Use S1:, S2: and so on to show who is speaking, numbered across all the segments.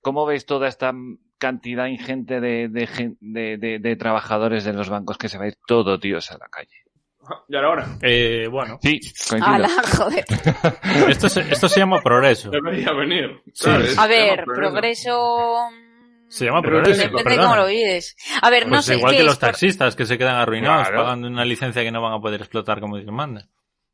S1: ¿Cómo ves toda esta cantidad ingente de, de gen- de- de- de trabajadores de los bancos que se va a ir todo, tíos, a la calle?
S2: Y ahora,
S3: Eh, bueno,
S1: Sí, coincido.
S4: Ala, joder.
S3: esto se, esto se llama progreso.
S2: ya venía a venir.
S3: Sí.
S2: ¿sabes?
S4: A ver,
S2: Tenemos
S4: progreso.
S3: Se llama
S2: Pero
S3: progreso,
S2: técnico,
S4: Depende de
S3: perdona.
S4: cómo lo vides. A ver, no
S3: Pues
S4: sé.
S3: igual
S4: ¿qué
S3: que
S4: es?
S3: los
S4: Por-
S3: taxistas que se quedan arruinados
S1: Claro.
S3: pagando una licencia que no van a poder explotar como Dios manda.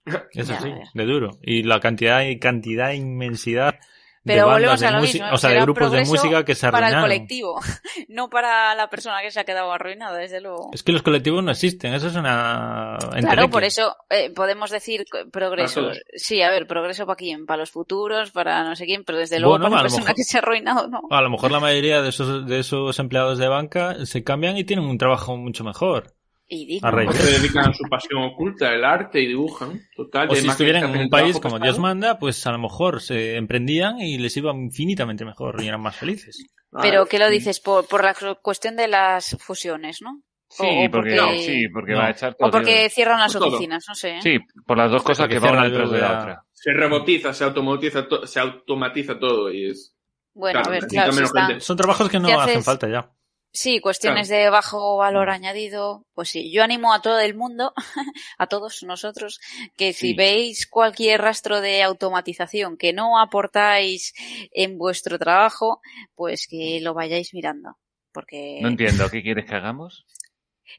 S3: Eso
S4: Ya,
S3: sí,
S4: ya.
S3: de duro. Y la cantidad y cantidad e inmensidad
S4: Pero
S3: de
S4: volvemos
S3: bandas de
S4: a lo
S3: música,
S4: mismo,
S3: o sea, de
S4: será
S3: grupos de
S4: progreso
S3: música que se
S4: para el
S3: arruinaron.
S4: colectivo, no para la persona que se ha quedado arruinada, desde luego.
S3: Es que los colectivos no existen, eso es una
S4: Claro,
S3: enterequia.
S4: por eso eh, podemos decir que progreso.
S2: Para todos.
S4: Sí, a ver, progreso para quién, para los futuros, para no sé quién, pero desde luego
S3: Bueno,
S4: para
S3: a
S4: la
S3: lo
S4: persona
S3: mejor.
S4: que se ha arruinado, no.
S3: A lo mejor la mayoría de esos de esos empleados de banca se cambian y tienen un trabajo mucho mejor.
S4: Y digno.
S3: Arre-
S2: problemas. Se dedican a su pasión oculta, el arte y dibujan. Total,
S3: O
S2: y
S3: si
S2: además que
S3: estuvieran en
S2: hacen
S3: un
S2: el
S3: país
S2: trabajo
S3: como
S2: pesado.
S3: Dios manda, pues a lo mejor se emprendían y les iba infinitamente mejor y eran más felices.
S2: Ah,
S4: Pero ¿qué lo dices? Por, por la cu- cuestión de las fusiones, ¿no?
S1: Sí,
S4: o
S1: porque,
S4: porque-
S1: sí, porque
S3: No.
S1: va a echar todo.
S4: O porque cierran las
S2: Por Pues todo.
S4: oficinas, no sé. ¿eh?
S1: Sí, por las dos cosas
S3: Porque
S1: que van una
S3: cierra
S1: detrás de
S3: la-
S1: la otra.
S2: Se robotiza, se automatiza, to- se automatiza todo y es...
S4: Bueno,
S2: Claro,
S4: a ver,
S2: necesita
S4: claro, si
S2: menos
S4: está-
S2: gente.
S3: Son trabajos que no
S4: ¿Qué
S3: hacen
S4: haces?
S3: falta ya.
S4: Sí, cuestiones de bajo valor
S1: Mm.
S4: añadido. Pues sí, yo animo a todo el mundo, a todos nosotros, que si
S1: Sí.
S4: veis cualquier rastro de automatización que no aportáis en vuestro trabajo, pues que lo vayáis mirando. Porque...
S1: No entiendo, ¿qué quieres que hagamos?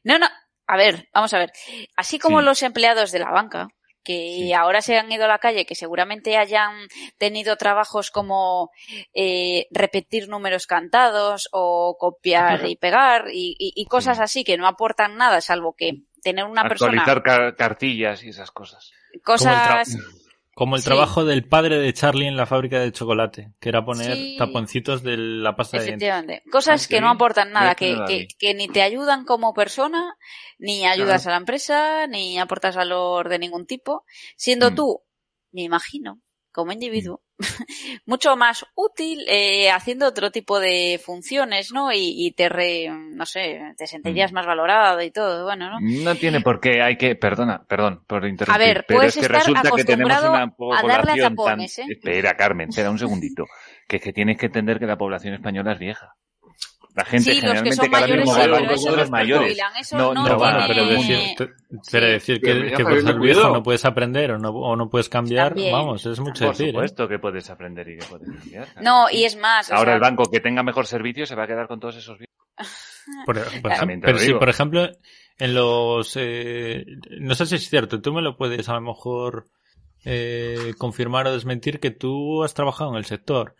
S4: No, no. A ver, vamos a ver. Así como
S1: Sí.
S4: los empleados de la banca, que
S1: Sí.
S4: ahora se han ido a la calle, que seguramente hayan tenido trabajos como eh, repetir números cantados o copiar y pegar y, y- y cosas
S1: Sí.
S4: así que no aportan nada, salvo que tener una persona
S1: Actualizar car- cartillas y esas cosas.
S4: cosas
S3: Como el, tra- como el
S4: Sí.
S3: trabajo del padre de Charlie en la fábrica de chocolate, que era poner
S4: Sí.
S3: taponcitos de la pasta de dientes.
S4: Efectivamente. Cosas
S1: Ah,
S4: que
S1: sí.
S4: no aportan nada,
S1: Yo creo
S4: que,
S1: que
S4: que,
S1: David.
S4: que ni te ayudan como persona, ni ayudas a la empresa, ni aportas valor de ningún tipo, siendo
S1: Mm.
S4: tú, me imagino, como individuo, mucho más útil eh, haciendo otro tipo de funciones, ¿no? Y, y te, re- no sé, te
S1: Mm.
S4: sentirías más valorado y todo, bueno, ¿no?
S1: No tiene por qué, hay que, perdona, perdón por interrumpir,
S4: A ver,
S1: pero
S4: puedes
S1: es que
S4: estar
S1: resulta que tenemos
S4: acostumbrado
S1: una
S4: a darle a
S1: población
S4: tapones,
S1: tan...
S4: ¿eh?
S1: Espera, Carmen, espera un segundito, que es que tienes que entender que la población española es vieja. La gente
S4: Sí, los
S1: generalmente
S4: que son
S1: que ahora
S4: mayores,
S1: mismo
S4: sí,
S1: va al
S2: pero
S1: banco
S2: eso
S1: son
S2: no
S1: los
S2: es
S1: mayores.
S4: jubilan, eso
S1: no,
S4: no
S1: no,
S3: bueno,
S1: tiene-
S3: pero decir, te- pero decir que,
S2: Pero ya
S3: que por
S2: sabiendo
S3: ser viejo
S2: cuidado.
S3: no puedes aprender o no, o no puedes cambiar,
S4: También.
S3: vamos, es mucho
S1: Por
S3: decir. ¿eh?
S1: supuesto que puedes aprender y que puedes cambiar. claro
S4: No,
S1: que sí.
S4: y es más, o
S1: Ahora
S4: sea,
S1: el banco que tenga mejor servicio se va a quedar con todos esos viejos.
S3: Por- e-, por ejem-
S1: Ah, También te lo
S3: pero sí,
S1: digo.
S3: por ejemplo, en los... eh, no sé si es cierto, tú me lo puedes a lo mejor eh, confirmar o desmentir que tú has trabajado en el sector.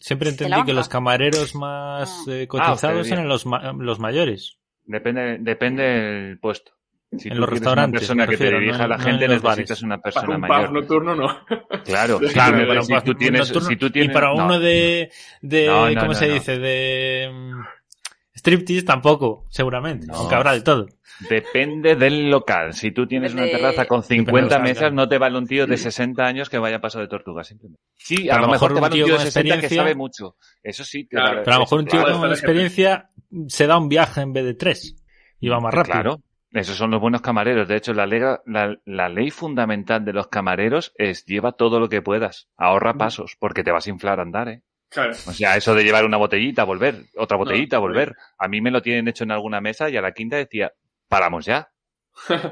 S3: Siempre
S4: ¿De la
S3: entendí que
S4: banca?
S3: los camareros más
S4: No.
S1: Ah,
S3: eh,
S1: hostelería.
S3: cotizados eran los, ma- los mayores.
S1: Depende, depende del puesto. Si
S3: En
S1: tú
S3: los
S1: quieres Una
S3: restaurantes,
S1: persona
S3: me
S1: que
S3: refiero,
S1: te dirija
S3: no-
S1: a la
S3: no en
S1: gente
S3: los
S1: necesitas
S3: bares.
S1: una
S2: Para
S1: persona
S2: un pub
S1: mayor.
S2: nocturno no.
S1: Claro, claro.
S2: Claro, pero
S1: pero
S3: para
S1: si
S3: un
S1: tú
S3: pa-
S1: tienes,
S3: nocturno-
S1: si tú tienes,
S3: y para
S1: no,
S3: uno de, de
S1: No, no,
S3: ¿cómo
S1: no,
S3: se
S1: no.
S3: dice? De mm, striptease tampoco, seguramente,
S1: No.
S3: aunque habrá de todo.
S1: depende del local. Si tú tienes una
S4: Depende-
S1: terraza con
S3: Depende
S1: 50
S3: del local,
S1: mesas,
S3: claro.
S1: no te vale un tío de 60 años que vaya paso de tortuga. Simplemente. Sí, a,
S3: Pero
S1: lo mejor, te
S3: un
S1: vale un
S3: tío
S1: tío de
S3: con
S1: 60 que
S3: experiencia-
S1: sabe mucho. Eso sí, te
S2: Claro,
S1: vale-
S3: Pero a lo mejor un tío
S2: Claro,
S1: claro,
S3: con
S2: está la
S3: experiencia se da un viaje en vez de tres y va más rápido.
S1: Claro. Esos son los buenos camareros. De hecho, la ley, la, la ley fundamental de los camareros es lleva todo lo que puedas. Ahorra
S3: Mm.
S1: pasos, porque te vas a inflar a andar, ¿eh?
S2: Claro.
S1: O sea, eso de llevar una botellita, volver, otra botellita,
S2: No,
S1: volver. A mí me lo tienen hecho en alguna mesa y a la quinta decía, paramos ya.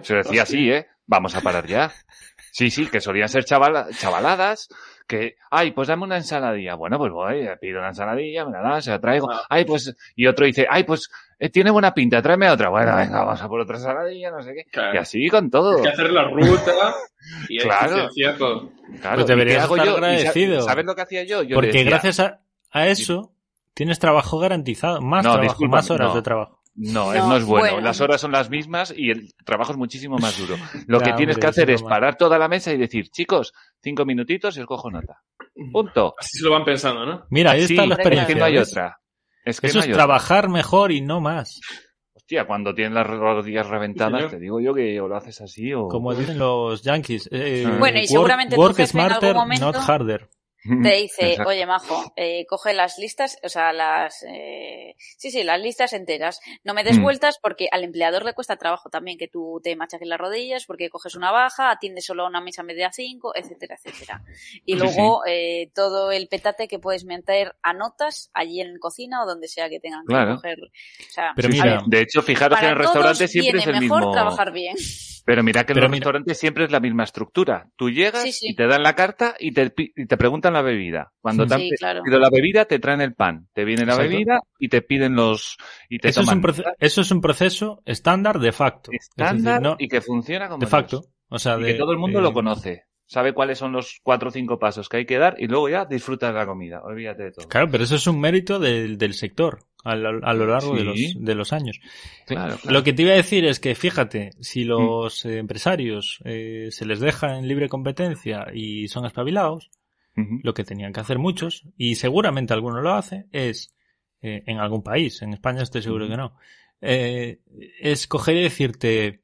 S1: Se lo decía así, ¿eh? Vamos a parar ya. Sí, sí, que solían ser chavala- chavaladas, que, ay, pues dame una ensaladilla. Bueno, pues voy, pido una ensaladilla, me la dan, se la traigo.
S2: Ah.
S1: Ay, pues, y otro dice, ay, pues, eh, tiene buena pinta, tráeme otra. Bueno, venga, vamos a por otra ensaladilla, no sé qué. Y
S2: Claro.
S1: así con todo.
S2: Hay que hacer la ruta y hay
S1: Claro.
S2: que hacer todo.
S1: Claro,
S3: Pues
S1: ¿y qué
S3: deberías
S1: hago
S3: estar
S1: yo? ¿Y sa-
S3: agradecido.
S1: ¿Sabes lo que hacía yo? Yo le
S3: Porque
S1: decía,
S3: gracias a, a eso tienes trabajo garantizado, más
S1: No,
S3: trabajo,
S1: discúlpame,
S3: más horas
S1: no.
S3: de trabajo.
S1: No,
S4: No,
S1: es- no es bueno.
S4: bueno.
S1: Las horas son las mismas y el trabajo es muchísimo más duro. Lo
S3: Ya,
S1: que tienes
S3: hombre,
S1: que hacer
S3: sí,
S1: es
S3: mamá.
S1: parar toda la mesa y decir, chicos, cinco minutitos y os cojo nota. Punto.
S2: Así se lo van pensando, ¿no?
S3: Mira, ahí
S1: Sí,
S3: está la
S4: Hombre, claro.
S1: es que
S3: experiencia.
S1: no hay
S3: ¿ves?
S1: otra. Es que
S3: Eso
S1: no
S3: es
S1: hay otra.
S3: trabajar mejor y no más.
S1: Hostia, cuando tienes las rodillas reventadas,
S2: señor.
S1: te digo yo que o lo haces así o.
S3: Como dicen los yankees. eh,
S1: Sí.
S4: Bueno, y
S3: work-
S4: seguramente tu
S3: work
S4: jefe en
S3: smarter,
S4: algún momento-
S3: not harder.
S4: Te dice,
S1: Mm, Exacto.
S4: oye, Majo, eh, coge las listas, o sea, las... eh, sí, sí, las listas enteras. No me des
S1: Mm.
S4: vueltas porque al empleador le cuesta trabajo también que tú te machaques las rodillas porque coges una baja, atiendes solo a una mesa media cinco, etcétera, etcétera. Y
S1: Sí,
S4: luego eh, todo el petate que puedes meter a notas allí en cocina o donde sea que tengan que
S1: Claro.
S4: coger. O sea,
S3: Pero
S1: Sí, sí.
S3: mira,
S1: De hecho, fijaros que en
S4: para
S1: el
S4: todos
S1: restaurante siempre
S4: viene
S1: es el
S4: mejor
S1: mismo.
S4: trabajar bien.
S1: Pero mira que en
S3: Pero
S1: los
S3: mira-
S1: restaurantes siempre es la misma estructura. Tú llegas
S4: Sí, sí.
S1: y te dan la carta y te, pi- y te preguntan la bebida. Cuando
S3: Sí.
S1: te han
S4: Sí,
S1: pe-
S4: claro.
S1: pedido la bebida, te traen el pan. Te viene la
S3: Exacto.
S1: bebida y te piden los... Y te
S3: eso es,
S1: toman
S3: un proce- eso es un proceso estándar de facto. Es decir,
S1: estándar
S3: no-
S1: y que funciona como
S3: de
S1: Dios.
S3: facto. O sea,
S1: Y
S3: de, eh,
S1: que todo el mundo
S3: de-
S1: lo conoce. Sabe cuáles son los cuatro o cinco pasos que hay que dar y luego ya disfrutas la comida. Olvídate de todo.
S3: Claro, pero eso es un mérito del, del sector a lo, a lo largo de, los,
S1: Sí.
S3: de los años.
S1: Claro, claro. Mm.
S3: Lo que te iba a decir es que, fíjate, si los eh, empresarios eh, se les deja en libre competencia y son espabilados,
S1: Ujú.
S3: lo que tenían que hacer muchos, y seguramente alguno lo hace, es, eh, en algún país, en España estoy
S1: Mm.
S3: seguro que no, eh, es coger y decirte,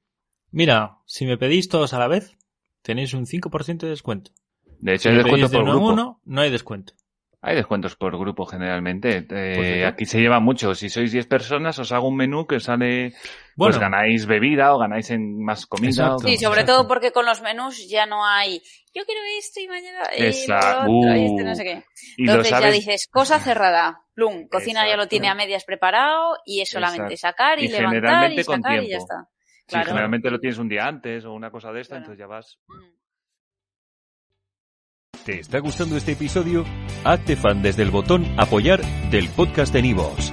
S3: mira, si me pedís todos a la vez, tenéis un 5% de descuento.
S1: De hecho,
S3: Si
S1: hay
S3: me
S1: descuentos
S3: pedís de
S1: por
S3: uno en
S1: grupo.
S3: uno, no hay descuento.
S1: Hay descuentos por grupo generalmente. Eh,
S3: Perfecto.
S1: aquí se lleva mucho. Si sois 10 personas, os hago un menú que sale...
S3: Bueno,
S1: Pues ganáis bebida o ganáis en más comida.
S3: Exacto.
S1: o
S4: Sí,
S1: como-
S3: Exacto.
S4: sobre todo porque con los menús ya no hay yo quiero esto y mañana eh,
S1: Exacto.
S4: lo otro, y este
S1: uh.
S4: no sé qué.
S1: Y lo
S4: Entonces ya
S1: sabes.
S4: dices, cosa cerrada, plum, cocina ya lo
S1: Exacto.
S4: tiene a medias preparado y es solamente
S1: Exacto.
S4: sacar y,
S1: Y
S4: levantar
S1: generalmente
S4: y
S1: con
S4: sacar y ya
S1: tiempo.
S4: está.
S1: Sí,
S4: Claro.
S1: generalmente lo tienes un día antes o una cosa de esta,
S4: Claro.
S1: entonces ya vas.
S4: Mm.
S5: ¿Te está gustando este episodio? Hazte fan desde el botón Apoyar del podcast de Nivos.